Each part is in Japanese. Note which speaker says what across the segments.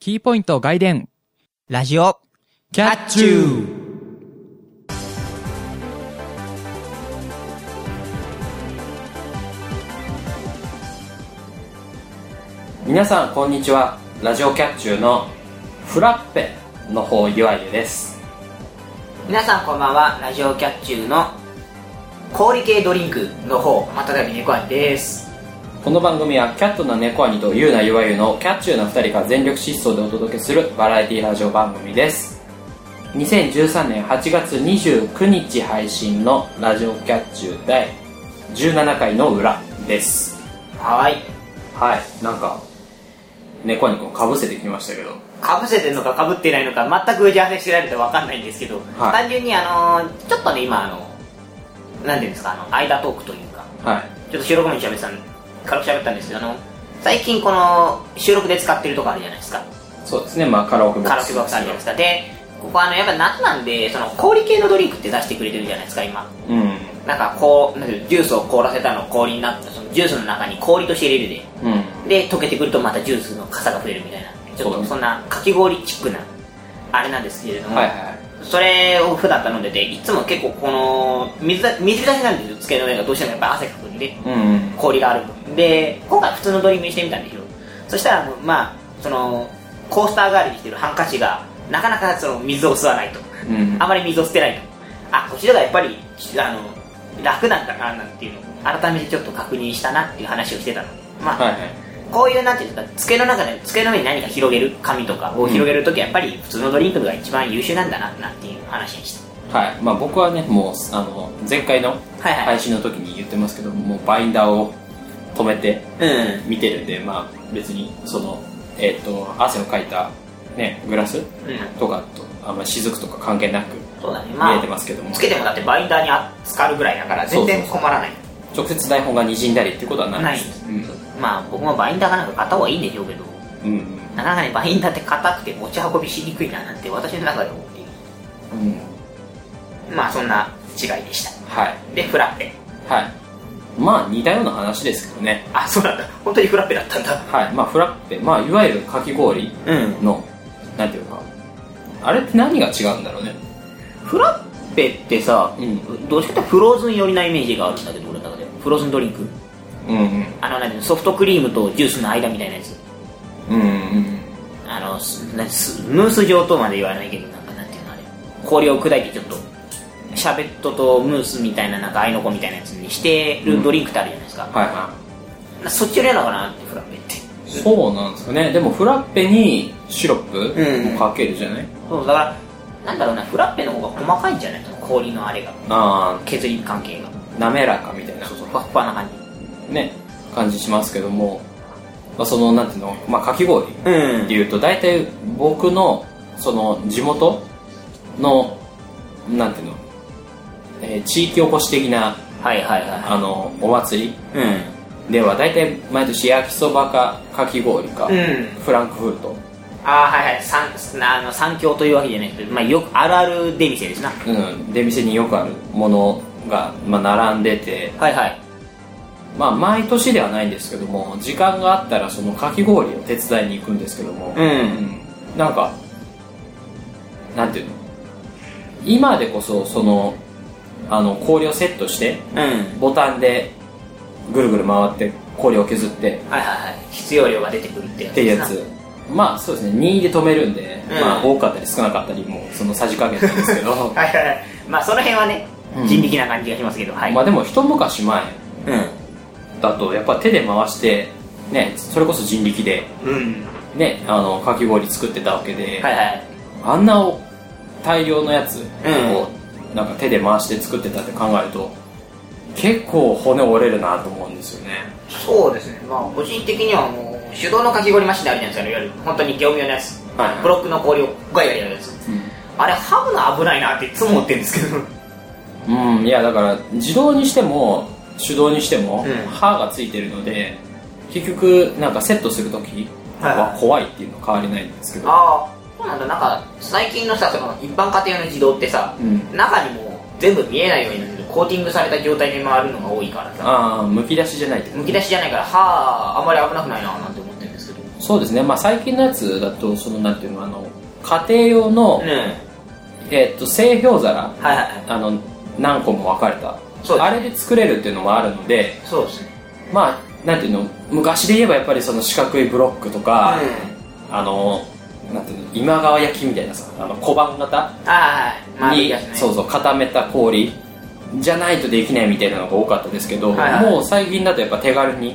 Speaker 1: キーポイント外伝。
Speaker 2: ラジオ、
Speaker 1: キ
Speaker 2: ャッチュ
Speaker 1: ー
Speaker 3: 皆さんこんにちはラジオキャッチューのフラッペの方ゆあゆです
Speaker 2: 皆さんこんばんは、ラジオキャッチューの氷系ドリンクの方、またたび猫あんです。
Speaker 3: この番組はキャットな猫兄とゆうなゆあゆのキャッチューの2人が全力疾走でお届けするバラエティラジオ番組です2013年8月29日配信のラジオキャッチュー第17回の裏です
Speaker 2: はーい。
Speaker 3: はいなんか猫兄くんかぶせてきましたけど
Speaker 2: かぶせてるのかかぶってないのか、全く打ち合わせしてないとわかんないんですけど、
Speaker 3: はい
Speaker 2: 単純にあのーちょっとね、今あの、なんていうんですか、あの、間トークというか、
Speaker 3: はい
Speaker 2: ちょっと収録後に喋ったん、軽く喋ったんですけど、あの、最近この、収録で使ってるとこあるじゃないですか。
Speaker 3: そうですねまあカラオケボックス
Speaker 2: カラオケボックスあるじゃないですか。で、ここあの、やっぱ夏なんで、その、氷系のドリンクって出してくれてるじゃないですか、今。
Speaker 3: うん
Speaker 2: なんかこう、なんていうのジュースを凍らせたのを氷になった、そのジュースの中に氷として入れる
Speaker 3: うん
Speaker 2: で、で、溶けてくるとまたジュースの傘が増えるみたいな、ちょっ
Speaker 3: そうだ
Speaker 2: と
Speaker 3: ね
Speaker 2: そんなかき氷チックな、あれなんですけれども、
Speaker 3: はいはい
Speaker 2: それを普段頼んでて、いつも結構この、水だ、水出しなんですよ、机の上がどうしてもやっぱり汗かくんで、
Speaker 3: うんうん
Speaker 2: 氷がある分。で、今回普通のドリンクにしてみたんですよ。そしたらもう、まあ、その、コースター代わりにしてるハンカチが、なかなかその水を吸わないと。
Speaker 3: うん
Speaker 2: あまり水を捨てないと。あ、こちらがやっぱり、あの、楽なんだな、なんていうのを改めてちょっと確認したなっていう話をしてたの。まあ、
Speaker 3: はいはい
Speaker 2: こういう、なんていうんですか、机の中で、机の上に何か広げる、紙とかを広げるときは、やっぱり普通のドリンクが一番優秀なんだな、なんていう話にした。
Speaker 3: はい、まあ、僕はねもうあの前回の
Speaker 2: はいはい。
Speaker 3: 配信の時に言ってますけどもうバインダーを止めて
Speaker 2: うん。
Speaker 3: 見てるんでまあ別にそのえっ、と汗をかいたねグラス
Speaker 2: うん。
Speaker 3: とかとあんまり雫とか関係なく
Speaker 2: そうだね。ま
Speaker 3: 見えて
Speaker 2: あ、
Speaker 3: ますけども、
Speaker 2: つけてもだってバインダーにあ浸かるぐらいだから、全然
Speaker 3: そうそう
Speaker 2: 困らない。
Speaker 3: 直接台本がにじんだりっていうことはないです
Speaker 2: ないまあ、僕もバインダーがなんか買った方がいいんでしょうけど、
Speaker 3: うん、うん
Speaker 2: なかなかね、バインダーって硬くて持ち運びしにくいな、なんて私の中で思っている。
Speaker 3: うん、
Speaker 2: まあ、そんな違いでした。
Speaker 3: はい
Speaker 2: でフラッペ
Speaker 3: はいまあ似たような話ですけどね
Speaker 2: あそうなんだ本当にフラッペだったんだ
Speaker 3: はいまあフラッペまあいわゆるかき氷
Speaker 2: うん
Speaker 3: のなんていうかあれって何が違うんだろうね
Speaker 2: フラッペってさ、
Speaker 3: うん
Speaker 2: どうしてフローズン寄りなイメージがあるんだけど俺の中でフローズンドリンク
Speaker 3: うんうん
Speaker 2: あのなんていうのソフトクリームとジュースの間みたいなやつ
Speaker 3: うんうん
Speaker 2: あのすなんすムース状とまで言わないけどなんかなんていうのあれ氷を砕いてちょっとシャーベットとムースみたいななんかアイノコみたいなやつにしてるドリンクってあるじゃないですか、
Speaker 3: はいは
Speaker 2: そっち寄りなのかなってフラッペって
Speaker 3: いそうなんですかねでもフラッペにシロッ
Speaker 2: うん
Speaker 3: プをかけるじゃない、
Speaker 2: そうだからなんだろうなフラッペの方が細かいんじゃないその氷のあれが
Speaker 3: あ
Speaker 2: 削り関係が
Speaker 3: あ滑らかみたいな
Speaker 2: そうそうふわふわな感じ
Speaker 3: ね感じしますけども、まあ、そのなんていうの、まあ、かき氷って
Speaker 2: うん
Speaker 3: いうと大体僕のその地元のなんていうの、えー地域おこし的な
Speaker 2: はいはいは
Speaker 3: あのお祭り
Speaker 2: い。うん。
Speaker 3: では大体毎年焼きそばかかき氷か、
Speaker 2: うん
Speaker 3: フランクフルト、
Speaker 2: ああ、はいはい。三、あの、三強というわけじゃないけど、まあ、よく、あるある出店ですな。
Speaker 3: うん、出店によくあるものが、まあ、並んでて
Speaker 2: はいはい。
Speaker 3: まあ、毎年ではないんですけども時間があったらそのかき氷を手伝いに行くんですけども、
Speaker 2: うん
Speaker 3: うんなんかなんていうの今でこそそのあの氷をセットして
Speaker 2: うん。はい
Speaker 3: ボタンでぐるぐる回って氷を削って
Speaker 2: はいはい。必要量が出てくるってやつで
Speaker 3: っていう
Speaker 2: す
Speaker 3: や
Speaker 2: な。
Speaker 3: つまあそうですね任意で止めるんで、
Speaker 2: うん
Speaker 3: まあ、多かったり少なかったりもそのさじ加減なんですけど、
Speaker 2: はいはいはい。まあ、その辺はね
Speaker 3: う、ん
Speaker 2: 人力な感じがしますけ ど、はい。
Speaker 3: まあでも一昔前
Speaker 2: う
Speaker 3: だとやっぱ手で回してねそれこそ人力で
Speaker 2: ん。うん。
Speaker 3: ね、あのかき氷作ってたわけで、
Speaker 2: はいはい。
Speaker 3: あんなを大量のやつ
Speaker 2: うん
Speaker 3: を、なんか手で回して作ってたって考えると結構骨折れるなと思うんですよね
Speaker 2: そうですね。まあ、個人的にはもう、手動のかき氷マシンであるじゃないですか、いわゆる。本当に業務用のやつ。
Speaker 3: はい
Speaker 2: ブロックの氷をガイガイやるやつ。あれ、ハムの危ないなっていつも思ってるんですけど。
Speaker 3: うん、いやだから自動にしても手動にしても、
Speaker 2: うん
Speaker 3: 歯がついてるので結局なんかセットする時
Speaker 2: はい
Speaker 3: は怖いっていうのは変わりないんですけど、
Speaker 2: ああそうなんだなんか最近のさその一般家庭用の自動ってさ、
Speaker 3: うん
Speaker 2: 中にも全部見えないようにコーティングされた状態で回るのが多いからさ
Speaker 3: ああむき出しじゃないって
Speaker 2: むき出しじゃないからはああんまり危なくないななんて思ってるんですけど
Speaker 3: そうですね、まあ、最近のやつだとそのなんていうのあの家庭用の、
Speaker 2: ね
Speaker 3: えーっと製氷皿
Speaker 2: はいはいはい
Speaker 3: あの何個も分かれた
Speaker 2: そうですね
Speaker 3: あれで作れるっていうのもあるので
Speaker 2: そうですね
Speaker 3: まあなんていうの昔で言えばやっぱりその四角いブロックとか、あのなんていうの今川焼きみたいなさあの小判型
Speaker 2: あはいはい
Speaker 3: に、そう
Speaker 2: う
Speaker 3: そう固めた氷じゃないとできないみたいなのが多かったですけど、
Speaker 2: はいはい
Speaker 3: もう最近だとやっぱ手軽に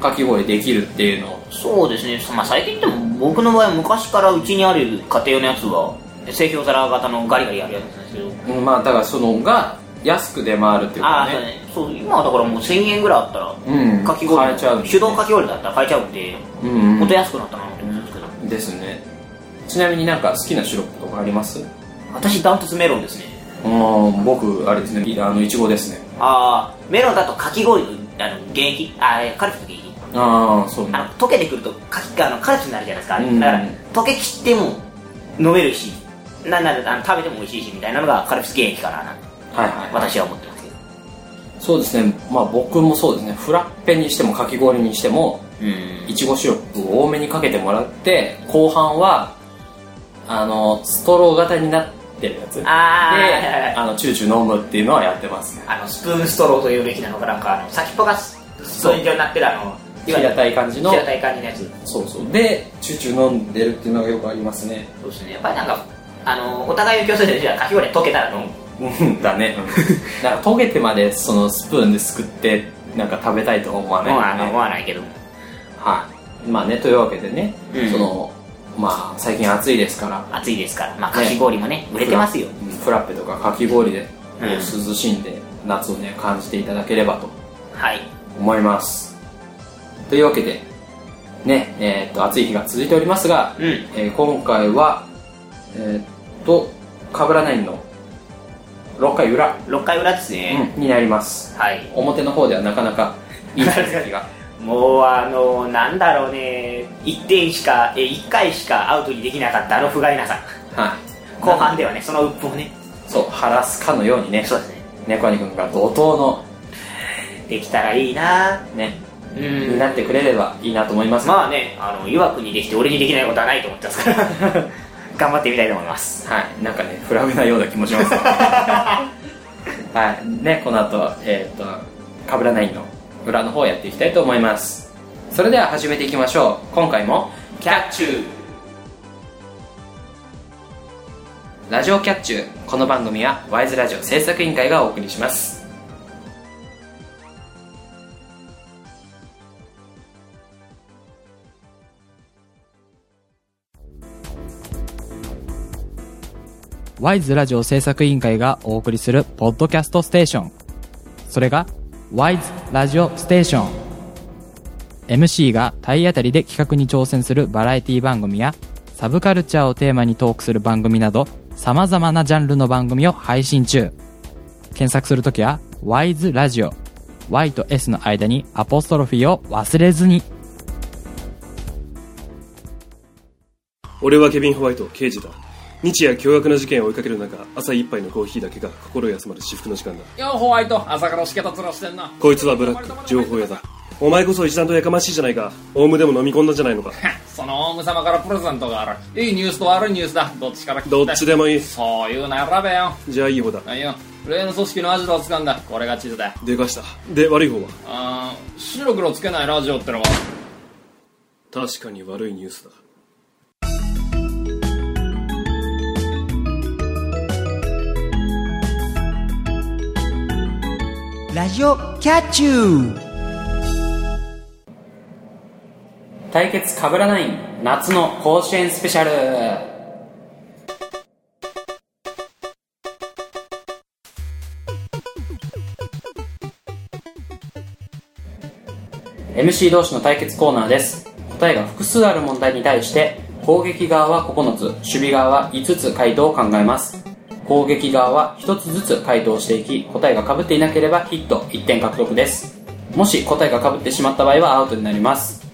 Speaker 3: かき氷できるっていうのを
Speaker 2: そうですね、まあ、最近でも僕の場合昔からうちにある家庭用のやつは製氷皿型のガリガリやるやつなんですけど
Speaker 3: うんまあだからそのが安く出回るっていう
Speaker 2: あ
Speaker 3: か
Speaker 2: あそう
Speaker 3: ね
Speaker 2: ねそう今はだからもう1000円ぐらいあったら
Speaker 3: うん
Speaker 2: かき氷、
Speaker 3: 買えちゃう
Speaker 2: 手動かき氷だったら買えちゃうんで、
Speaker 3: うん、
Speaker 2: もっと
Speaker 3: う
Speaker 2: 安くなったなって思うんですけど
Speaker 3: ん、ですねちなみになんか好きなシロップとかあります
Speaker 2: 私ダントツメロンですね
Speaker 3: うん僕あれですねあのいちごですね
Speaker 2: ああメロンだとかき氷のあの原液ああカルピスの原液
Speaker 3: ああそうね
Speaker 2: あの溶けてくるとかきあのカルピスになるじゃないですか、
Speaker 3: うん
Speaker 2: だから溶けきっても飲めるしなんならあの食べても美味しいしみたいなのがカルピス原液かななんて
Speaker 3: はいはい
Speaker 2: 私は思ってますけど
Speaker 3: そうですねまあ僕もそうですねフラッペにしてもかき氷にしても
Speaker 2: うん
Speaker 3: いちごシロップを多めにかけてもらって後半はあのストロー型になってるやつで
Speaker 2: あーはいはいはい
Speaker 3: あのチューチュー飲むっていうのはやってますね
Speaker 2: あのスプーンストローというべきなのかなんかあの先っぽがススプーン状になってるあの
Speaker 3: 平
Speaker 2: 平
Speaker 3: たい感じの
Speaker 2: たい感じのやつ
Speaker 3: そうそうでチューチュー飲んでるっていうのがよくありますね
Speaker 2: そうですねやっぱりなんかあのお互いの競争でじゃあかき氷は溶けたら飲む
Speaker 3: うん だねうんなんか溶けてまでそのスプーンですくってなんか食べたいとは思わない
Speaker 2: 思わ
Speaker 3: よ
Speaker 2: ない
Speaker 3: ね
Speaker 2: 思わないけども
Speaker 3: はいまあねというわけでね、
Speaker 2: うん
Speaker 3: そのまあ最近暑いですから
Speaker 2: 暑いですからまあかき氷もね売れてますよ
Speaker 3: うんフラッペとかかき氷で、
Speaker 2: うん
Speaker 3: 涼しんで夏をね感じていただければと
Speaker 2: はい
Speaker 3: 思いますというわけでねえーっと暑い日が続いておりますが、
Speaker 2: うん
Speaker 3: えー今回はえーっとかぶらないの6回裏、
Speaker 2: 6回裏ですね、
Speaker 3: になります
Speaker 2: はい
Speaker 3: 表の方ではなかなかいい 成績が
Speaker 2: もうあのなんだろうね1点しかえ1回しかアウトにできなかったあの不甲斐なさ
Speaker 3: はい
Speaker 2: 後半ではねその鬱憤をね
Speaker 3: そう晴らすかのようにね
Speaker 2: そうですね
Speaker 3: 猫兄君が怒涛の
Speaker 2: できたらいいな
Speaker 3: ね、
Speaker 2: う
Speaker 3: に
Speaker 2: ん
Speaker 3: なってくれればいいなと思います、
Speaker 2: まあねあの岩国にできて俺にできないことはないと思ってますから 頑張ってみたいと思います
Speaker 3: はい、なんかね、フラグなような気もします、はい、ね、この後、えっ、と、かぶらないの裏の方やっていきたいと思います。それでは始めていきましょう。今回も、
Speaker 2: キャッチュー
Speaker 3: ラジオキャッチュー。この番組は、ワイズラジオ制作委員会がお送りします。ワイズラジオ制作委員会がお送りするポッドキャストステーション。それが、ワイズラジオステーション。MC が体当たりで企画に挑戦するバラエティ番組や、サブカルチャーをテーマにトークする番組など、様々なジャンルの番組を配信中。検索するときは、ワイズラジオ。Y と S の間にアポストロフィーを忘れずに。
Speaker 1: 俺はケビン・ホワイト刑事だ日夜凶悪な事件を追いかける中朝一杯のコーヒーだけが心休まる至福の時間だ
Speaker 4: よホワイト朝からしけた面してんな
Speaker 1: こいつはブラック情報屋だお前こそ一段とやかましいじゃないかオウムでも飲み込んだんじゃないのか
Speaker 4: その王武様からプレゼントがあるいいニュースと悪いニュースだどっちから聞きた
Speaker 1: ど
Speaker 4: い
Speaker 1: っちでもいい
Speaker 4: そういうの選べよ
Speaker 1: じゃあいい方だ
Speaker 4: 何よ例の組織のアジトを掴んだこれが地図だ
Speaker 1: でかしたで悪い方は
Speaker 4: あー白黒つけないラジオってのは
Speaker 1: 確かに悪いニュースだ
Speaker 5: ラジオキャッチュー
Speaker 3: 対決かぶらない夏の甲子園スペシャル。MC 同士の対決コーナーです答えが複数ある問題に対して攻撃側は9つ守備側は5つ回答を考えます攻撃側は1つずつ回答していき答えが被っていなければヒット1点獲得ですもし答えが被ってしまった場合はアウトになります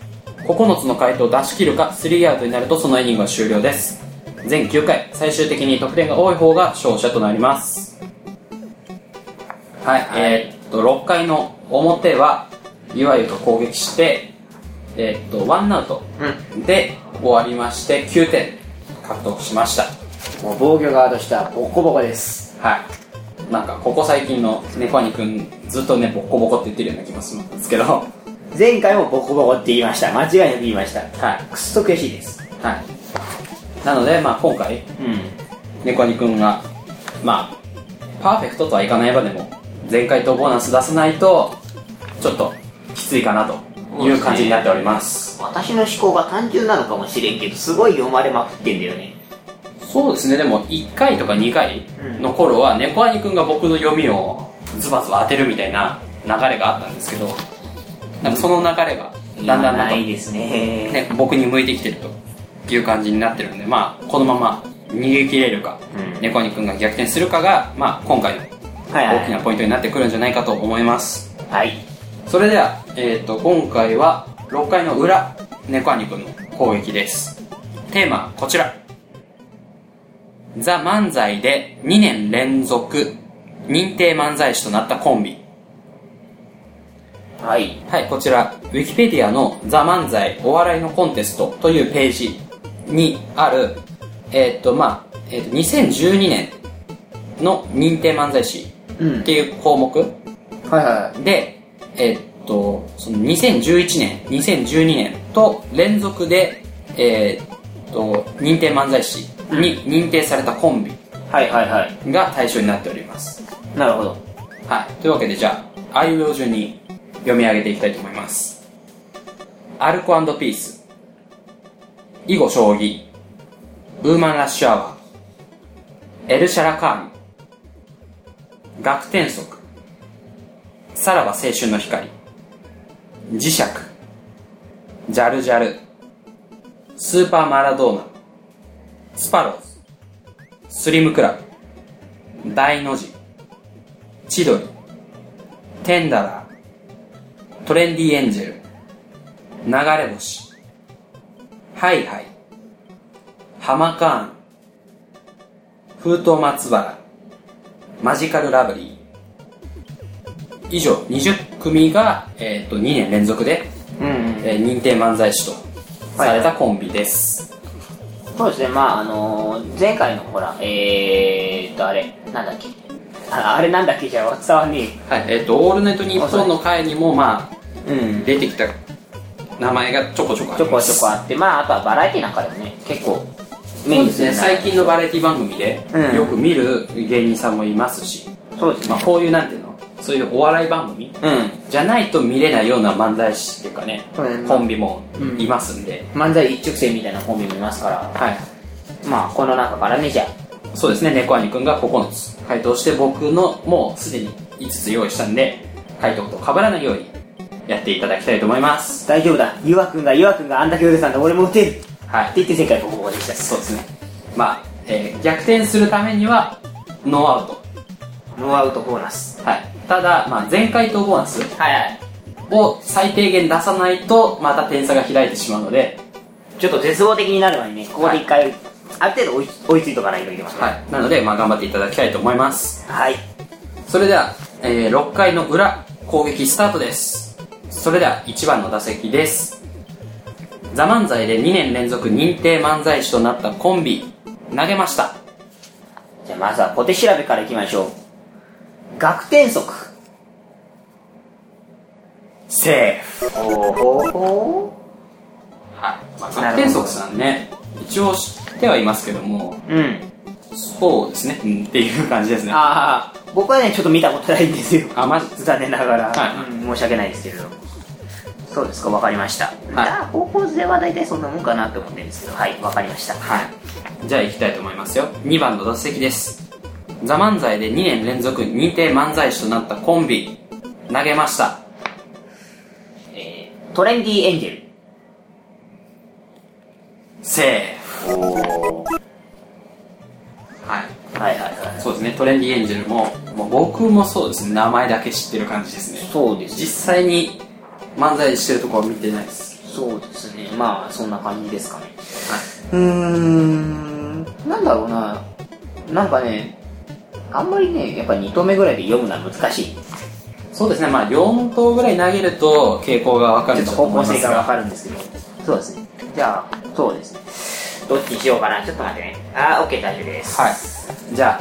Speaker 3: 9つの回答を出し切るか3アウトになるとそのイニングは終了です全9回最終的に得点が多い方が勝者となりますはい、えーっと6回の表はゆわゆと攻撃して、えーっとワンアウトで終わりまして9点獲得しました
Speaker 2: もう防御側としてはボッコボコです
Speaker 3: はいなんかここ最近の猫兄くんずっとねボッコボコって言ってるような気もするんですけどは
Speaker 2: 前回もボコボコって言いました間違いなく言いました
Speaker 3: いはい
Speaker 2: くっそ悔しいです
Speaker 3: なのでまあ今回
Speaker 2: うん
Speaker 3: 猫兄くんがまあパーフェクトとはいかない場でも前回とボーナス出さないとちょっときついかなという感じになっております
Speaker 2: 私の思考が単純なのかもしれんけどすごい読まれまくってんだよね
Speaker 3: そうですねでも1回とか2回
Speaker 2: うん
Speaker 3: の頃は猫兄くんが僕の読みをズバズバ当てるみたいな流れがあったんですけどなんかその流れがだんだんなんか
Speaker 2: ないですね
Speaker 3: ね、僕に向いてきてるという感じになってるんで、まあ、このまま逃げ切れるか、
Speaker 2: うん
Speaker 3: 猫にくんが逆転するかが、まあ、今回の
Speaker 2: はいはい
Speaker 3: 大きなポイントになってくるんじゃないかと思います。
Speaker 2: はい
Speaker 3: それでは、えっ、と、今回は6回の裏、猫兄くんの攻撃です。テーマはこちら。ザ・漫才で2年連続認定漫才師となったコンビ。
Speaker 2: はい
Speaker 3: はい、こちら、ウィキペディアのザ・漫才お笑いのコンテストというページにある、えーっと、まあ、えーっと、2012年の認定漫才師
Speaker 2: うん
Speaker 3: っていう項目
Speaker 2: はいは
Speaker 3: で、えーっと、その2011年、2012年と連続で、えーっと、認定漫才師に認定されたコンビ
Speaker 2: いはいはいは
Speaker 3: が対象になっております。
Speaker 2: いなるほど
Speaker 3: はい。というわけで、じゃあ、あいうえお順に読み上げていきたいと思います。アルコピース、囲碁将棋、ウーマンラッシュアワー、エルシャラカーン、学天則、さらば青春の光、磁石、ジャルジャル、スーパーマラドーナ、スパローズ、スリムクラブ、大の字、千鳥、テンダラー、トレンディエンジェル、流れ星、ハイハイ、ハマカーン、封筒松原、マジカルラブリー。以上、20組が、えっ、と、2年連続で、
Speaker 2: うん
Speaker 3: えー認定漫才師とされたコンビです。
Speaker 2: そうですねまああのー前回のほらえーっとあれなんだっけああれなんだっけじゃ伝わんね
Speaker 3: はい、えっ、と、オールナイトニッポンの回にも、まあ、
Speaker 2: えうん
Speaker 3: 出てきた名前がちょこちょこあ
Speaker 2: ち
Speaker 3: り
Speaker 2: ょこ
Speaker 3: ます。
Speaker 2: ちょこあってまああとはバラエティなんかでもね結構
Speaker 3: そう
Speaker 2: に
Speaker 3: です
Speaker 2: する
Speaker 3: ね、
Speaker 2: な
Speaker 3: 最近のバラエティ番組で
Speaker 2: うん
Speaker 3: よく見る芸人さんもいますし、
Speaker 2: そうです
Speaker 3: ま
Speaker 2: ね
Speaker 3: あ、こういうなんていうのそういうお笑い番組
Speaker 2: う
Speaker 3: じゃないと見れないような漫才師っていうかね、
Speaker 2: そうですね
Speaker 3: コンビもいますんで、
Speaker 2: ん漫才一直線みたいなコンビもいますから
Speaker 3: はい
Speaker 2: まあこの中からねじゃあ
Speaker 3: そうですね猫兄くんが9つ回答して僕のもうすでに5つ用意したんで回答と被らないようにやっていただきたいと思います
Speaker 2: 大丈夫だゆわくんがゆわくんがあんだけ腕さんで俺も打てるって
Speaker 3: はい
Speaker 2: 言って世界ボコボコでした
Speaker 3: そうですねまあ、えー逆転するためにはノーアウ
Speaker 2: ノーアウトボーナス
Speaker 3: トはいただ、まあ、前回とボーナス
Speaker 2: はいはい
Speaker 3: を最低限出さないとまた点差が開いてしまうので、
Speaker 2: ちょっと絶望的になる前にねここで一回、ある程度追い追いついとかないといけませんね
Speaker 3: はい、なので、まあ、頑張っていただきたいと思います
Speaker 2: はい
Speaker 3: それでは、えー6回の裏攻撃スタートですそれでは1番の打席です「ザ漫才で2年連続認定漫才師となったコンビ投げました
Speaker 2: じゃあまずは小手調べからいきましょう学天則
Speaker 3: セーフ
Speaker 2: ほほほ
Speaker 3: はい、まあ、学天則さんね一応知ってはいますけども
Speaker 2: うん
Speaker 3: そうですね、うん、っていう感じですね
Speaker 2: ああ僕はねちょっと見たことないんですよ
Speaker 3: あマジ
Speaker 2: 残念ながら、
Speaker 3: はい
Speaker 2: うん申し訳ないですけれどもそうですかわかりました、
Speaker 3: はい
Speaker 2: あ高校生は大体そんなもんかなと思ってるんですけどはいわかりました
Speaker 3: はい。じゃあ行きたいと思いますよ。2番の打席です。ザ・漫才で2年連続認定漫才師となったコンビ、投げました。
Speaker 2: えー、トレンディエンジェル
Speaker 3: セーフ。はい。
Speaker 2: はいはいはい
Speaker 3: そうですね、トレンディエンジェルも、もう僕もそうですね、名前だけ知ってる感じですね。
Speaker 2: そうですね
Speaker 3: 実際に漫才してるとこは見てないです。
Speaker 2: そうですねまあそんな感じですかね
Speaker 3: は
Speaker 2: うーんなんだろうななんかねあんまりねやっぱ2投目ぐらいで読むのは難しい
Speaker 3: い。そうですねまあ4投ぐらい投げると傾向が分か
Speaker 2: ち
Speaker 3: る
Speaker 2: ょっ
Speaker 3: と
Speaker 2: と方
Speaker 3: 思
Speaker 2: 向
Speaker 3: いま
Speaker 2: 性
Speaker 3: す
Speaker 2: がわ
Speaker 3: が
Speaker 2: かるんですけど、そうですね。じゃあ、そうですね。どっちにしようかな。ちょっと待ってね。あー、OK、大丈夫です。
Speaker 3: はいじゃあ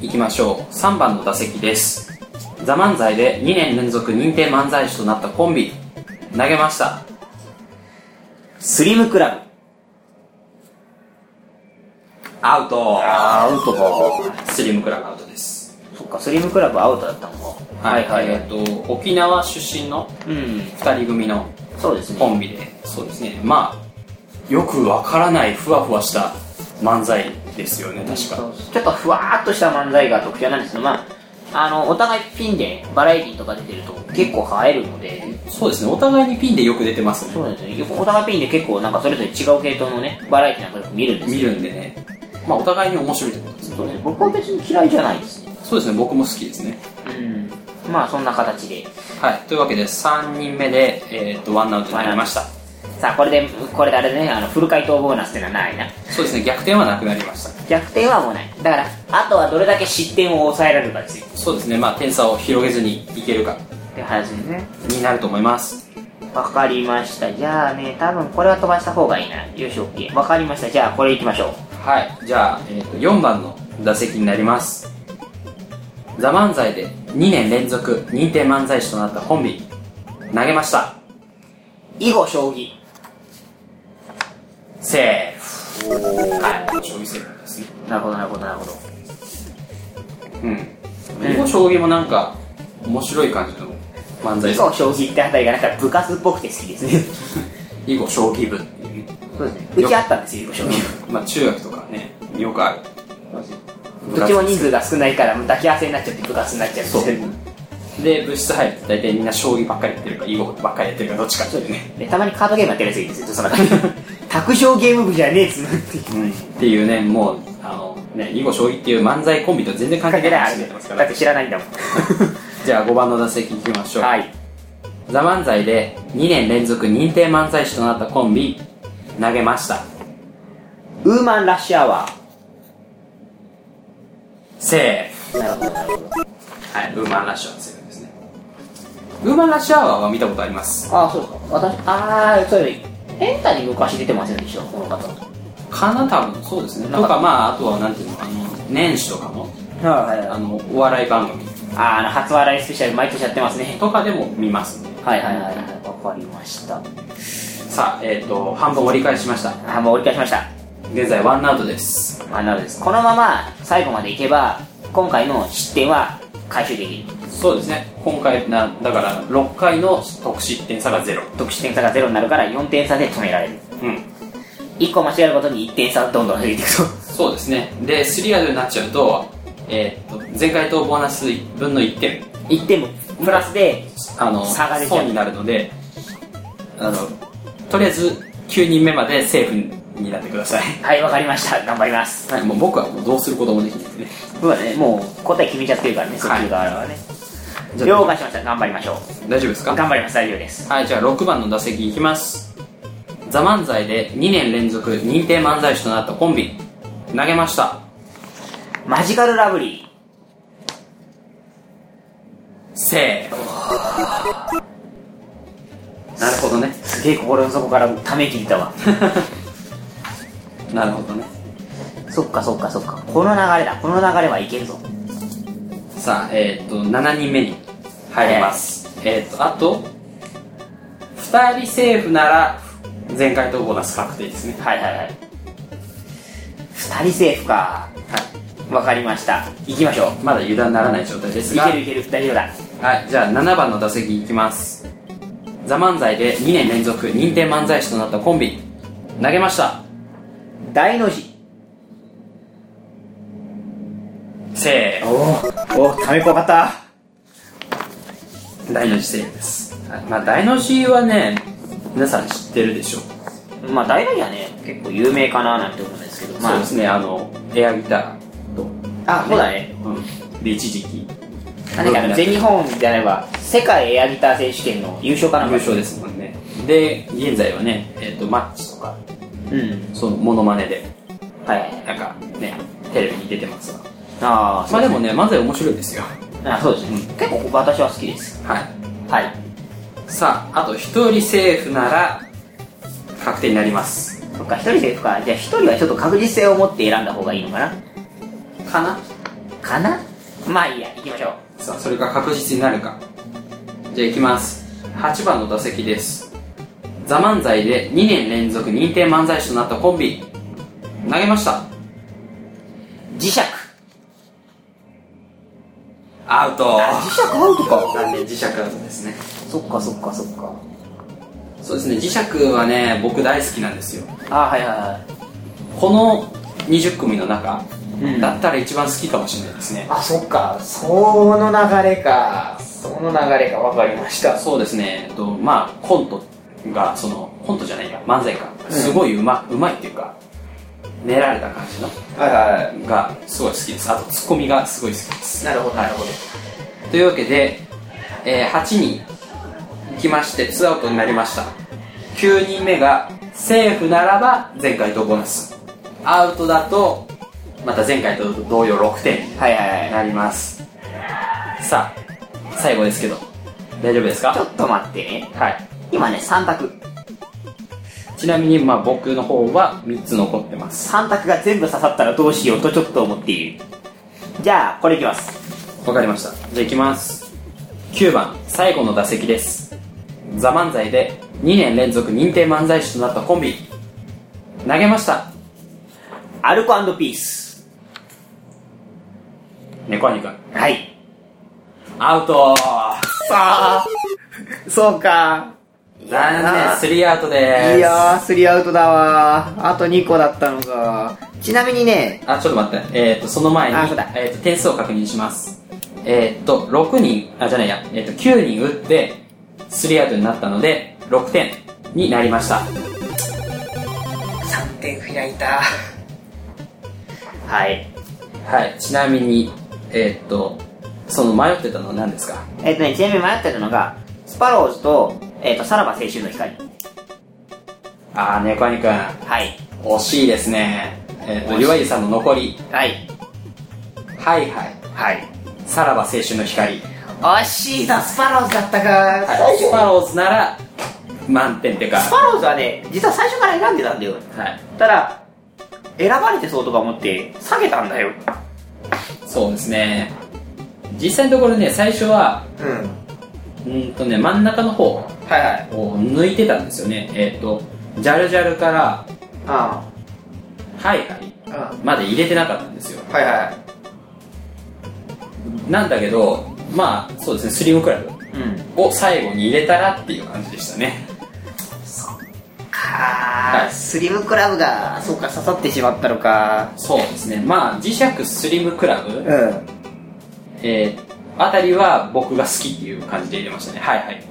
Speaker 3: 行きましょう3番の打席です「ザ漫才で2年連続認定漫才師となったコンビ投げました
Speaker 2: スリムクラブ。
Speaker 3: アウト
Speaker 2: あー、アウトか。
Speaker 3: スリムクラブアウトです
Speaker 2: そっか、スリムクラブアウトだったのか。
Speaker 3: えっ、と沖縄出身の
Speaker 2: うん、
Speaker 3: 2人組の
Speaker 2: そうですね。
Speaker 3: コンビでそうですねまあよくわからないふわふわした漫才ですよね確
Speaker 2: そ
Speaker 3: か
Speaker 2: うちょっとふわーっとした漫才が特徴なんですけど、まあ、あの、お互いピンでバラエティとか出てると結構映えるので、
Speaker 3: そうですねお互いにピンでよく出てます
Speaker 2: そうな
Speaker 3: ね
Speaker 2: んですよね。お互いピンで結構なんかそれぞれ違う系統のね、バラエティなんかよく見るんです
Speaker 3: 見
Speaker 2: け
Speaker 3: るんでねまあお互いに面白いってことですね
Speaker 2: ど、そうですね僕は別に嫌いじゃないですね。
Speaker 3: そうですね僕も好きですね
Speaker 2: うん。まあそんな形で。
Speaker 3: はいというわけで3人目で、えー、とワンアウトになりました
Speaker 2: さあ、これで、これであれだね、あの、フル回答ボーナスってのはないな。
Speaker 3: そうですね逆転はなくなりました
Speaker 2: 逆転はもうない。だから、あとはどれだけ失点を抑えられるかですよ。
Speaker 3: そうですねまあ点差を広げずにいけるか
Speaker 2: って話ですね。
Speaker 3: になると思います
Speaker 2: わかりました。じゃあね、多分これは飛ばした方がいいな。よし、OK。わかりました。じゃあ、これ行きましょう。
Speaker 3: はいじゃあ、えー、と4番の打席になります「ザ漫才で2年連続認定漫才師となったコンビ投げました
Speaker 2: 囲碁将棋。
Speaker 3: セーフはい将棋セーフですね
Speaker 2: なるほど、なるほど、なるほど。
Speaker 3: うん囲碁将棋もなんか面白い感じの漫才
Speaker 2: 囲碁将棋ってあたりがなんか部活っぽくて好きですね。
Speaker 3: 囲碁将棋部っていうね
Speaker 2: そうですね。うちあったんですよ、囲碁将棋。
Speaker 3: まあ中学とかねよくある
Speaker 2: うちも人数が少ないから、もう抱き合わせになっちゃって部活になっちゃうんですけど
Speaker 3: で部室入ると大体みんな将棋ばっかりやってるか囲碁ばっかりやってるかどっちかっていうね
Speaker 2: でたまにカードゲームやってるやついるんですよ、その中に。 卓上ゲーム部じゃねえっつうのって。
Speaker 3: っていうねもうあのね囲碁将棋っていう漫才コンビと全然関
Speaker 2: 関
Speaker 3: 係
Speaker 2: 係
Speaker 3: ない
Speaker 2: ないあ
Speaker 3: 話
Speaker 2: る
Speaker 3: に
Speaker 2: じゃん だ
Speaker 3: なってますから
Speaker 2: って知らないんだもん。
Speaker 3: じゃあ5番の打席いきましょう
Speaker 2: はい。
Speaker 3: 「ザ漫才で2年連続認定漫才師となったコンビ投げました
Speaker 2: ウーマンラッシュアワー。
Speaker 3: セー
Speaker 2: なるほど、なるほど。
Speaker 3: フはいウーマンラッシュアワーセーフですねウーマンラッシュアワーは見たことあります
Speaker 2: ああ、そうですか。私、ああ、そうです。変態に昔出てませんでした、この方。
Speaker 3: かな多分そうですねとかまああとはなんていうのあの年始とかの
Speaker 2: はいはい
Speaker 3: あのお笑い番組
Speaker 2: あーあの、初笑いスペシャル毎年やってますね。
Speaker 3: とかでも見ますね
Speaker 2: はいはいはいはい。わかりました。
Speaker 3: さあえっ、と半分折り返しました
Speaker 2: あーもう折り返しました。
Speaker 3: 現在ワンアウトです
Speaker 2: あなるほどです。このまま最後までいけば、今回の失点は回収できる。
Speaker 3: そうですね今回なだから6回の得失点差がゼロ
Speaker 2: 得失点差がゼロになるから4点差で止められる。
Speaker 3: うん
Speaker 2: 1個間違えることに1点差どんどん増えていくと。
Speaker 3: そうですねでスリアルになっちゃうと,、えー、と前回とボーナス分の1点
Speaker 2: 1点もプラスで、
Speaker 3: あの
Speaker 2: 差が出ちゃう
Speaker 3: 損になるのであのとりあえず9人目までセーフになってください、
Speaker 2: はい、わかりました。頑張ります。
Speaker 3: はい、もう僕はもうどうすることもできないですね
Speaker 2: そうだね、もう答え決めちゃってるからね、そっち側はね。了解しました。頑張りましょう。
Speaker 3: 大丈夫ですか
Speaker 2: 頑張ります。大丈夫です。
Speaker 3: はい、じゃあ6番の打席いきます。ザ・漫才で2年連続認定漫才師となったコンビ、投げました。
Speaker 2: マジカルラブリ
Speaker 3: せーなるほどね
Speaker 2: ー。。すげえ心の底からため息出たわ。
Speaker 3: なるほどね。
Speaker 2: そっかそっかそっか。この流れだ。この流れはいけるぞ。
Speaker 3: さあ、えっ、と、7人目に入ります。えっ、と、あと、2人セーフなら、前回とボーナス確定ですね。
Speaker 2: はいはいはい。二人セーフか。
Speaker 3: はい。
Speaker 2: わかりました。行きましょう。
Speaker 3: まだ油断ならない状態です
Speaker 2: い
Speaker 3: が、
Speaker 2: けるいける。大丈夫だ。
Speaker 3: はい、じゃあ7番の打席いきます。ザ・漫才で2年連続認定漫才師となったコンビ、投げました。
Speaker 2: 大の字。
Speaker 3: せー
Speaker 2: おお、ためっぽかった。
Speaker 3: の。大の字セーフです。はいまあ、大の字はね、皆さん知ってるでしょう。
Speaker 2: まあ大の字はね、結構有名かななんて思うんですけど。ま
Speaker 3: そう
Speaker 2: あ
Speaker 3: で、すね、あの、エアギターと、
Speaker 2: あ、そうだね。
Speaker 3: うん。で、一時期、
Speaker 2: なんかあの全日本じゃなれば、世界エアギター選手権の優勝かな
Speaker 3: 優勝ですもんね。で、現在はね、えっ、と、マッチとか、
Speaker 2: うん。
Speaker 3: その、モノマネで、
Speaker 2: はいはいはい。
Speaker 3: なんか、ね、テレビに出てますが。
Speaker 2: ああ、
Speaker 3: まあで
Speaker 2: も、
Speaker 3: もね、漫才面白いですよ。
Speaker 2: あそうですね、結構私は好きです
Speaker 3: はい
Speaker 2: はい
Speaker 3: さああと一人セーフなら確定になります
Speaker 2: そっか一人で行くかじゃあ一人はちょっと確実性を持って選んだ方がいいのかな
Speaker 3: かな
Speaker 2: かなまあいいや行きましょう
Speaker 3: さあそれが確実になるかじゃあいきます8番の打席です「ザ漫才で2年連続認定漫才師となったコンビ投げました
Speaker 2: 磁石
Speaker 3: アウト
Speaker 2: あ磁石アウトか
Speaker 3: 残念磁石アウトですね
Speaker 2: そっかそっかそっか
Speaker 3: そうですね磁石はね僕大好きなんですよ
Speaker 2: あはいはいはい
Speaker 3: この20組の中、
Speaker 2: うん
Speaker 3: だったら一番好きかもしれないですね
Speaker 2: あそっかその流れかその流れか分かりました
Speaker 3: そうですね、えっと、まあコントがそのコントじゃないや漫才かすごいうま,、うまいっていうか練られた感じの
Speaker 2: はいはいは
Speaker 3: がすごい好きですあとツッコミがすごい好きです
Speaker 2: いなるほどなるほど
Speaker 3: というわけで、えー8人行きまして2アウトになりました9人目がセーフならば前回とボーナスアウトだとまた前回と同様6点に
Speaker 2: はいはいはい
Speaker 3: なりますさあ最後ですけど大丈夫ですか
Speaker 2: ちょっと待ってね
Speaker 3: はい
Speaker 2: 今ね3択
Speaker 3: ちなみにまあ僕の方は3つ残ってます
Speaker 2: 3択が全部刺さったらどうしようとちょっと思っているじゃあこれいきます
Speaker 3: わかりましたじゃあいきます9番最後の打席です「ザ漫才で2年連続認定漫才師となったコンビ投げました
Speaker 2: アルコピース
Speaker 3: 猫兄君
Speaker 2: はい
Speaker 3: アウト
Speaker 2: さあそうか
Speaker 3: 残念
Speaker 2: あー
Speaker 3: 3アウトです
Speaker 2: いやー、スリーアウトだわー。あと2個だったのか。ちなみにね、
Speaker 3: あちょっと待ってえっ、とその前に
Speaker 2: あそうだ
Speaker 3: えー、と点数を確認しますえっ、と6人あじゃないや、えー、と9人打って3アウトになったので6点になりました
Speaker 2: 3点開いた。はい。
Speaker 3: はい、ちなみに、えーっと、その迷ってたのは何ですか
Speaker 2: えっ、とね、ちなみに迷ってたのが、スパローズと、えっ、と、さらば青春の光。
Speaker 3: あー、猫兄くん、
Speaker 2: はい。
Speaker 3: 惜しいですね。えーっ
Speaker 2: 惜し
Speaker 3: と、
Speaker 2: い
Speaker 3: 岩井さんの残り、
Speaker 2: はい。
Speaker 3: はいはい、
Speaker 2: はい。
Speaker 3: さらば青春の光。
Speaker 2: 惜しいな、スパローズだったかー
Speaker 3: はい、ス
Speaker 2: ス
Speaker 3: パローズなら、満点っていうか、
Speaker 2: パローズはね、実は最初から選んでたんだよ。
Speaker 3: はい、
Speaker 2: ただ、選ばれてそうとか思って、下げたんだよ。
Speaker 3: そうですね。実際のところね、最初は、
Speaker 2: うん。
Speaker 3: うーんとね、真ん中の方を
Speaker 2: はいはい。
Speaker 3: 抜いてたんですよね。えーっと、ジャルジャルから、
Speaker 2: あ
Speaker 3: はいはい、
Speaker 2: あ。うん。
Speaker 3: まで入れてなかったんですよ。
Speaker 2: はいは
Speaker 3: なんだけど、まあ、そうですね、スリムクラブ。
Speaker 2: い。うん。
Speaker 3: を最後に入れたらっていう感じでしたね
Speaker 2: か、
Speaker 3: はい
Speaker 2: スリムクラブがそうか刺さってしまったのか
Speaker 3: そうですねまあ磁石スリムクラ
Speaker 2: う
Speaker 3: ブ、
Speaker 2: ん
Speaker 3: えーあたりは僕が好きっていう感じで入れましたねはいはい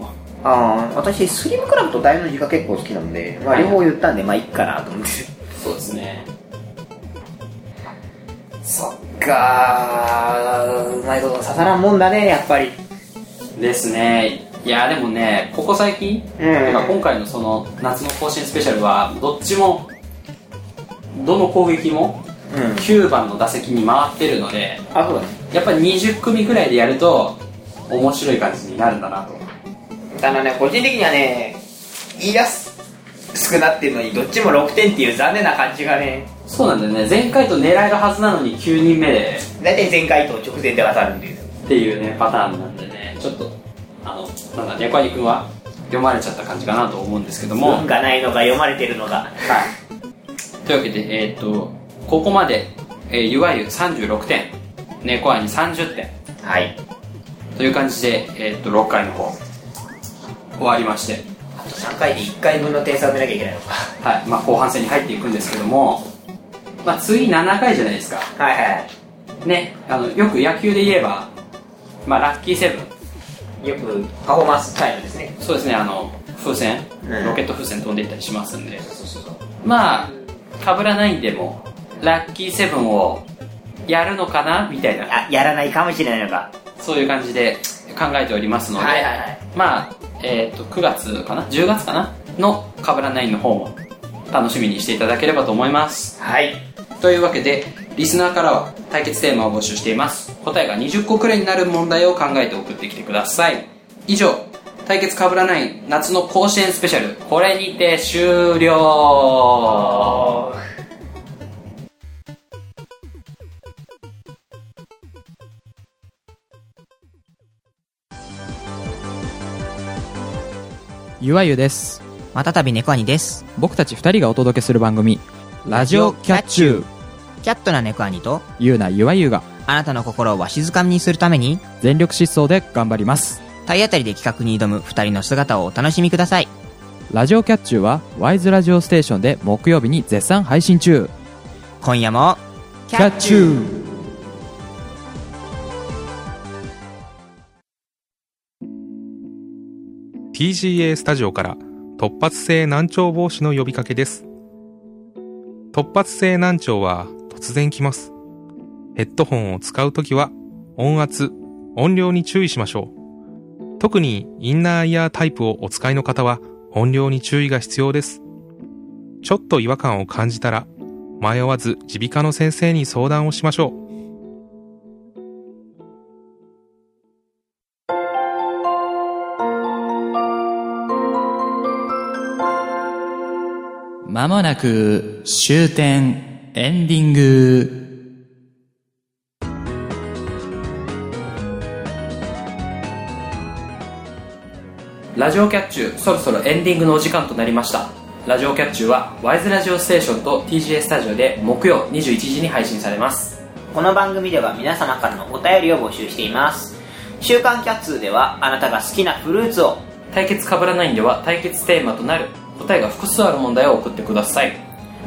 Speaker 2: あー私スリムクラブと大の字が結構好きなので、まあ、
Speaker 3: はい
Speaker 2: 両方言ったんでまあいっかなと思って
Speaker 3: そうですね
Speaker 2: そっかーうまいこと刺さらんもんだねやっぱり
Speaker 3: ですねいやでもねここ最近、てか今回のその夏の甲子園スペシャルはどっちもどの攻撃も
Speaker 2: うん
Speaker 3: 9番の打席に回ってるので
Speaker 2: あそうだね
Speaker 3: やっぱり20組くらいでやると面白い感じになるんだなと
Speaker 2: ただね個人的にはね言いやすくなってるのにどっちも6点っていう残念な感じがね
Speaker 3: そうなんだよね前回と狙えるはずなのに9人目で
Speaker 2: 大体前回と直前で渡るんですよ
Speaker 3: っていうねパターンなんでねちょっとあのなんだ猫兄君は読まれちゃった感じかなと思うんですけども、
Speaker 2: 文がないのか読まれてるのが
Speaker 3: はいというわけでえーっとここまで、えーいわゆる36点猫兄30点
Speaker 2: はい
Speaker 3: という感じで、えーっと6回の方終わりまして
Speaker 2: あと3回で1回分の点差を埋めなきゃいけないのか
Speaker 3: はいまあ後半戦に入っていくんですけどもまあ次7回じゃないですか
Speaker 2: はいはい
Speaker 3: ねあのよく野球で言えばまあラッキーセブン
Speaker 2: よくパフォーマンスタイムですね
Speaker 3: そうですねあの風船、
Speaker 2: うん
Speaker 3: ロケット風船飛んでいったりしますんでまあかぶらないんでもラッキーセブンをやるのかなみたいな
Speaker 2: あやらないかもしれないのか
Speaker 3: そういう感じで考えておりますので、
Speaker 2: はいはいはい
Speaker 3: まあえっ、と9月かな10月かなのかぶらないの方も楽しみにしていただければと思います
Speaker 2: はい
Speaker 3: というわけで、リスナーからは対決テーマを募集しています答えが20個くらいになる問題を考えて送ってきてください以上対決かぶらない夏の甲子園スペシャルこれにて終了
Speaker 6: ゆわゆです
Speaker 7: またたび猫兄です。
Speaker 6: 僕たち2人がお届けする番組「ラジオキャッチュー
Speaker 7: キャットな猫兄と、」
Speaker 6: ゆうなゆわゆが
Speaker 7: あなたの心をわしづかみにするために、
Speaker 6: 全力疾走で頑張ります
Speaker 7: 体当たりで企画に挑む二人の姿をお楽しみください。
Speaker 6: ラジオキャッチューはワイズラジオステーションで木曜日に絶賛配信中
Speaker 7: 今夜も、キ
Speaker 6: ュー
Speaker 8: ー TGA スタジオから突発性難聴防止の呼びかけです突発性難聴は突然来ますヘッドホンを使うときは音圧音量に注意しましょう特にインナーイヤータイプをお使いの方は音量に注意が必要ですちょっと違和感を感じたら迷わず耳鼻科の先生に相談をしましょう
Speaker 9: まもなく終点エンディング。
Speaker 3: ラジオキャッチューそろそろエンディングのお時間となりましたラジオキャッチューはワイズラジオステーションと TGA スタジオで木曜21時に配信されます
Speaker 2: この番組では皆様からのお便りを募集しています週刊キャッツーではあなたが好きなフルーツを
Speaker 3: 対決かぶらないんでは対決テーマとなる答えが複数ある問題を送ってください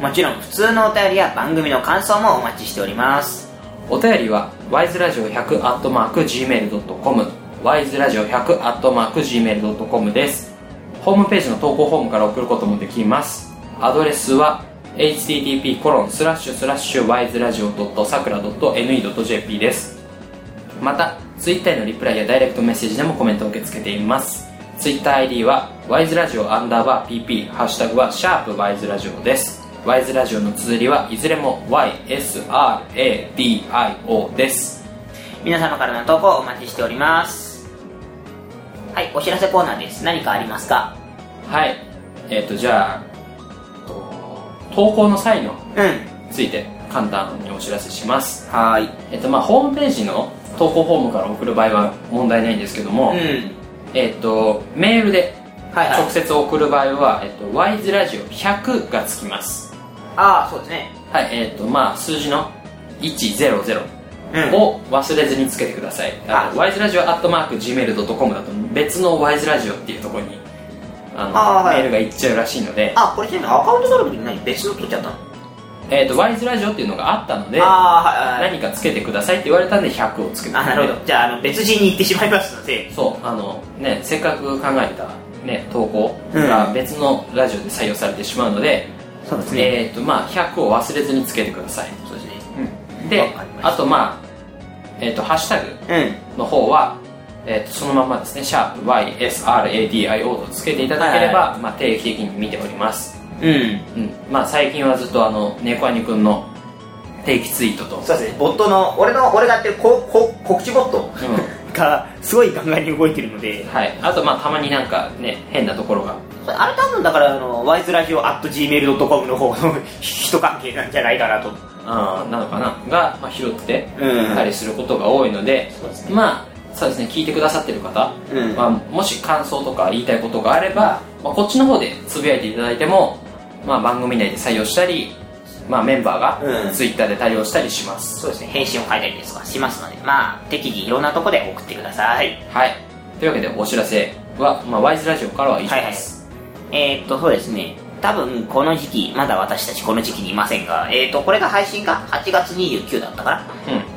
Speaker 2: もちろん普通のお便りや番組の感想もお待ちしております
Speaker 3: お便りは wiseradio100.gmail.com wiseradio100.gmail.com ですホームページの投稿フォームから送ることもできますアドレスは http://wiseradio.sakura.ne.jp ですまた Twitter へのリプライやダイレクトメッセージでもコメントを受け付けています TwitterID は wiseradio アンダーバー pp ハッシュタグはシャープ wiseradio です wise ラジオの綴りはいずれも YSRADIO です
Speaker 2: 皆様からの投稿をお待ちしておりますはいお知らせコーナーです何かありますか
Speaker 3: はいえっ、とじゃあえっと投稿の際の
Speaker 2: うん
Speaker 3: ついて簡単にお知らせします
Speaker 2: はーい
Speaker 3: えっ、とまあホームページの投稿フォームから送る場合は問題ないんですけども、
Speaker 2: うん
Speaker 3: えっ、とメールで
Speaker 2: はいはい
Speaker 3: 直接送る場合は、えっと wise ラジオ100がつきます
Speaker 2: ああそうですね
Speaker 3: はいえっ、とまあ数字の100
Speaker 2: うん
Speaker 3: を忘れずにつけてください、あのワイズラジオアットマーク Gmail.com だと別のワイズラジオっていうところにあの
Speaker 2: あーはい
Speaker 3: メールが行っちゃうらしいので、
Speaker 2: あこれ全部アカウント登録に何別の取っちゃったの
Speaker 3: えー、とワイズラジオっていうのがあったので
Speaker 2: ああはいはい
Speaker 3: 何かつけてくださいって言われたんで100をつけて
Speaker 2: あなるほどじゃああの別人に行ってしまいますので
Speaker 3: そうあのねせっかく考えた、ね、投稿が別のラジオで採用されてしまうので、
Speaker 2: そうです
Speaker 3: えっ、とまあ100を忘れずにつけてください
Speaker 2: そうですねわ
Speaker 3: で
Speaker 2: かりました
Speaker 3: あとまあえっ、とハッシュタグ
Speaker 2: う
Speaker 3: の方は、えー、とそのまんまですね「シャープ #YSRADIO」とつけていただければ、まあ、定期的に見ております、
Speaker 2: んうん
Speaker 3: うんまあ、最近はずっとあの猫アニくんの定期ツイートと、
Speaker 2: そうですねボットの俺の俺がやってるここ告知ボット
Speaker 3: う
Speaker 2: がすごいガンガンに動いてるので
Speaker 3: んはい、あとまあたまになんかね変なところが
Speaker 2: あれ多分だからあのワイズラジオ at gmail.com の 方の人関係なんじゃないかなと
Speaker 3: あーなのかなが、まあ、拾って
Speaker 2: うん
Speaker 3: たりすることが多いので、
Speaker 2: そうです
Speaker 3: まあそうですね聞いてくださってる方、
Speaker 2: うん
Speaker 3: まあ、もし感想とか言いたいことがあれば、まあ、こっちの方でつぶやいていただいても、まあ、番組内で採用したり、まあ、メンバー
Speaker 2: う
Speaker 3: が
Speaker 2: ん
Speaker 3: ツイッターで対応したりします、
Speaker 2: そうですね返信を書いたりですとかしますのでまあ適宜いろんなとこで送ってください
Speaker 3: はいというわけでお知らせは、まあ、ワイズラジオからは以上です、
Speaker 2: えー、っとそうですね多分この時期まだ私たちこの時期にいませんがえー、っとこれが配信が8月29だったかな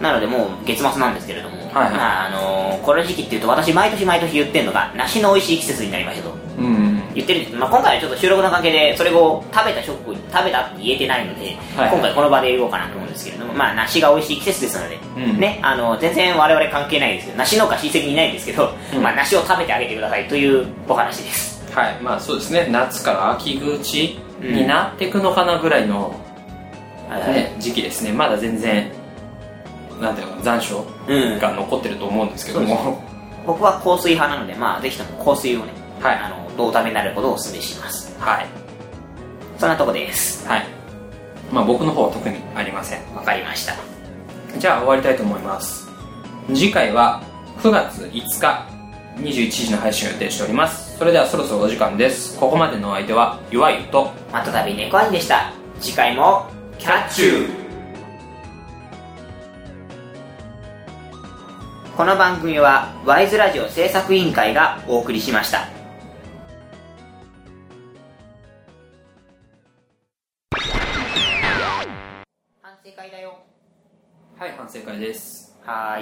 Speaker 2: なのでもう月末なんですけれども、
Speaker 3: はいはい
Speaker 2: まああのーこの時期っていうと私毎年毎年言ってるのが梨の美味しい季節になりましたと
Speaker 3: うんうん
Speaker 2: 言ってるんですけど、まあ、今回はちょっと収録の関係でそれを食べた食食べたって言えてないので、
Speaker 3: はい
Speaker 2: 今回この場で言おうかなと思うんですけれども、まあ、梨が美味しい季節ですので、
Speaker 3: うん
Speaker 2: ね、あの全然我々関係ないですけど梨農家親戚いないんですけど、
Speaker 3: うん
Speaker 2: まあ、梨を食べてあげてくださいというお話です
Speaker 3: はいまあそうですね夏から秋口になっていくのかなぐらいの、
Speaker 2: はいはい
Speaker 3: ね、時期ですねまだ全然なんていうのかな残暑
Speaker 2: うん
Speaker 3: が残ってると思うんですけど
Speaker 2: そう
Speaker 3: も、
Speaker 2: 僕は香水派なのでまあぜひとも香水をね、
Speaker 3: はい
Speaker 2: あのどうためになることをお勧めします
Speaker 3: はい
Speaker 2: そんなとこです
Speaker 3: はいまあ僕の方は特にありません
Speaker 2: わかりました
Speaker 3: じゃあ終わりたいと思います次回は9月5日21時の配信を予定しておりますそれではそろそろお時間ですここまでのお相手はゆわゆと
Speaker 2: またたび猫兄でした次回もキャッチューこの番組はワイズラジオ制作委員会がお送りしました反省会だよ
Speaker 3: はい反省会です
Speaker 2: は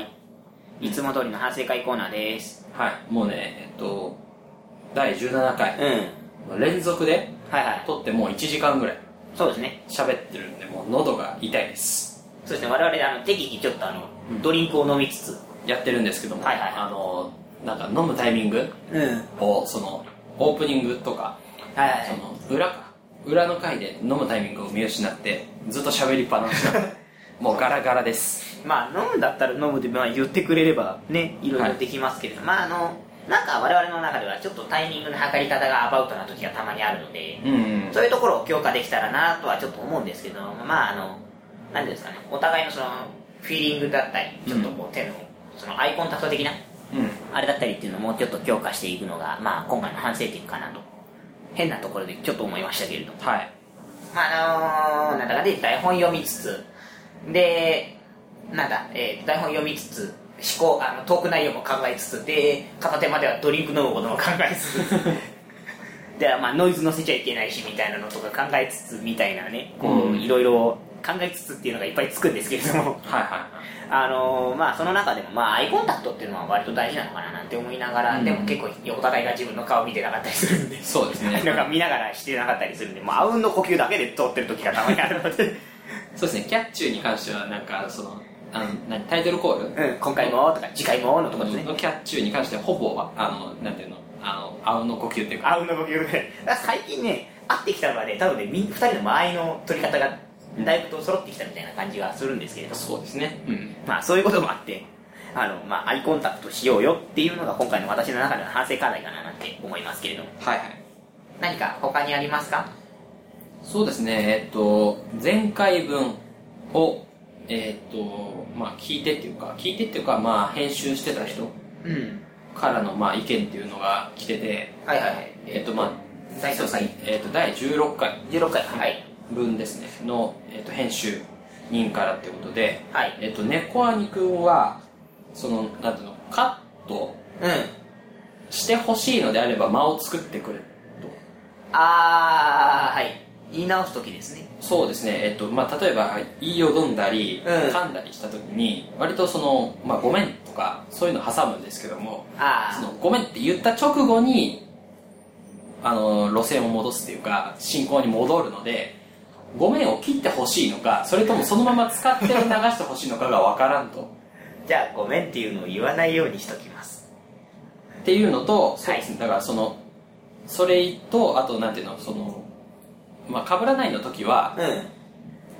Speaker 2: ーいいつも通りの反省会コーナーです
Speaker 3: はいもうねえっと第17
Speaker 2: う
Speaker 3: 回
Speaker 2: んはい
Speaker 3: 連続で
Speaker 2: はい
Speaker 3: 撮ってもう1時間ぐらい
Speaker 2: そうですね
Speaker 3: 喋ってるんでもう喉が痛いです
Speaker 2: そうですね我々あの適宜ちょっとあのドリンクを飲みつつ
Speaker 3: やってるんですけども、
Speaker 2: はいはい
Speaker 3: あのなんか飲むタイミング
Speaker 2: うん
Speaker 3: をそのオープニングとか
Speaker 2: はいはい
Speaker 3: その裏か裏の回で飲むタイミングを見失ってずっと喋りっぱなし なのもうガラガラです
Speaker 2: まあ飲むんだったら飲むで、まあ、言ってくれればねいろいろできますけれど、まああのなんか我々の中ではちょっとタイミングの測り方がアバウトな時がたまにあるので、
Speaker 3: うん、うん、
Speaker 2: そういうところを強化できたらなとはちょっと思うんですけどまああの何ていうんですかねお互いのそのフィーリングだったりちょっとこう手のそのアイコンタクト的なあれだったりっていうのをもうちょっと強化していくのが、まあ、今回の反省点かなと変なところでちょっと思いましたけれど
Speaker 3: はい
Speaker 2: まあ、あのー、なんだかで台本読みつつ、で、なんだ、えー台本読みつつ、思考、あの、トーク内容も考えつつ、で、片手まではドリンク飲むことも考えつ つ、で、まあ、ノイズ乗せちゃいけないし、みたいなのとか考えつつ、みたいなね、こ
Speaker 3: う
Speaker 2: う、
Speaker 3: ん
Speaker 2: いろいろ考えつつっていうのがいっぱいつくんですけれども、
Speaker 3: はいは
Speaker 2: あのーまあ、その中でも、まあ、アイコンタクトっていうのは割と大事なのかななんて思いながら、
Speaker 3: うん
Speaker 2: でも結構、お互いが自分の顔見てなかったりするんで
Speaker 3: い。そうですね
Speaker 2: なんか見ながらしてなかったりするんで、もうあうんの呼吸だけで通ってる時がたまにあるので、
Speaker 3: そうですねキャッチューに関してはなんかそのあの何タイトルコール、
Speaker 2: うん、今回もとか次回ものとこですね
Speaker 3: の。キャッチューに関してはほぼはあのなんていうのあのあうんの呼吸っていうか
Speaker 2: あうんの呼吸で。だから最近ね、会ってきたのはね、多分ね、み二人の間合いの取り方が、だいぶと揃ってきたみたいな感じがするんですけれども、
Speaker 3: そうですねうん
Speaker 2: まあそういうこともあって、あの、まあアイコンタクトしようよっていうのが今回の私の中での反省課題かななんて思いますけれども、
Speaker 3: はいはい
Speaker 2: 何か他にありますか
Speaker 3: そうですね、えっと、前回分を、えっと、まあ、聞いてっていうか、聞いてっていうか、まあ、編集してた人
Speaker 2: うん。
Speaker 3: からの、まあ、意見っていうのが来てて、
Speaker 2: はいはいはい。
Speaker 3: えっと、まあ、
Speaker 2: 第
Speaker 3: そう
Speaker 2: 1
Speaker 3: です
Speaker 2: 回
Speaker 3: ね、、えっと、第16回
Speaker 2: 16回、はい。
Speaker 3: 分ですね、の、えっと、編集人からってことで、
Speaker 2: はい。
Speaker 3: えっと、猫兄くんは、その、なんていうの、カット
Speaker 2: うん。
Speaker 3: してほしいのであれば、間を作ってくれと。
Speaker 2: あー、はい。言い直す時ですね。
Speaker 3: そうですね、えっとまあ、例えば言いよどんだり、
Speaker 2: うん
Speaker 3: 噛んだりした時に割とその、まあ、ごめんとかそういうの挟むんですけども
Speaker 2: あー
Speaker 3: そのごめんって言った直後にあの路線を戻すというか進行に戻るのでごめんを切ってほしいのかそれともそのまま使って流してほしいのかがわからんと
Speaker 2: じゃあごめんっていうのを言わないようにしときます
Speaker 3: っていうのとそうですねだからそのそれとあとなんていうのそのまあ、被らないの時は
Speaker 2: うんはい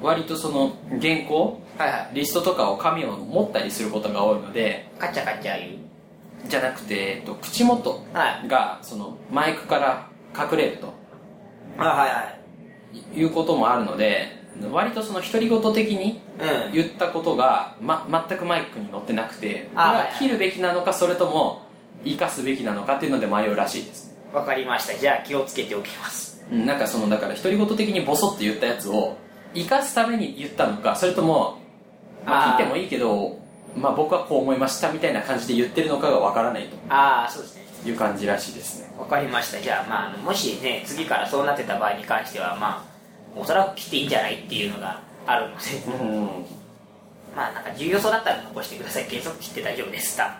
Speaker 3: 割とその原稿
Speaker 2: は
Speaker 3: リストとかを紙を持ったりすることが多いので
Speaker 2: いカチャカチャ言う
Speaker 3: じゃなくて、えっと、口元
Speaker 2: はい
Speaker 3: がそのマイクから隠れると
Speaker 2: あはいはい
Speaker 3: いうこともあるので割とその独り言的に
Speaker 2: うん
Speaker 3: 言ったことが、ま、全くマイクに乗ってなくてこれ
Speaker 2: あはい
Speaker 3: は切るべきなのかそれとも生かすべきなのかっていうので迷うらしいですね
Speaker 2: わかりましたじゃあ気をつけておきます
Speaker 3: うんなんかそのだから独り言的にボソッと言ったやつを生かすために言ったのかそれとも、ま
Speaker 2: あー
Speaker 3: あ、聞いてもいいけど、まあ、僕はこう思いましたみたいな感じで言ってるのかがわからないと
Speaker 2: ああそうですね
Speaker 3: いう感じらしいですね
Speaker 2: わかりましたじゃあまああのもしね次からそうなってた場合に関してはまあおそらく切っていいんじゃないっていうのがあるので
Speaker 3: うん
Speaker 2: まあなんか重要そうだったら残してください継続切って大丈夫でした
Speaker 3: は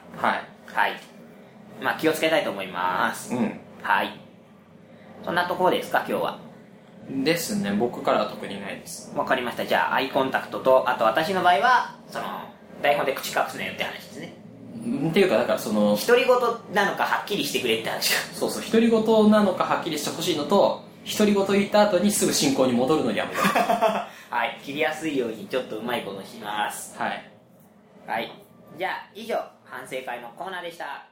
Speaker 2: はいまあ気をつけたいと思います
Speaker 3: い
Speaker 2: はいそんなところですか今日は
Speaker 3: うんですね僕からは特にないです
Speaker 2: わかりましたじゃあアイコンタクトとあと私の場合はその台本で口隠すなよって話ですね
Speaker 3: うんっていうかだからその
Speaker 2: 独り言なのかはっきりしてくれって話か
Speaker 3: そうそう独り言なのかはっきりしてほしいのと独り言言った後にすぐ進行に戻るのやめよ
Speaker 2: はい、切りやすいようにちょっとうまい ことします。
Speaker 3: はい
Speaker 2: はい。じゃあ、以上、反省会のコーナーでした。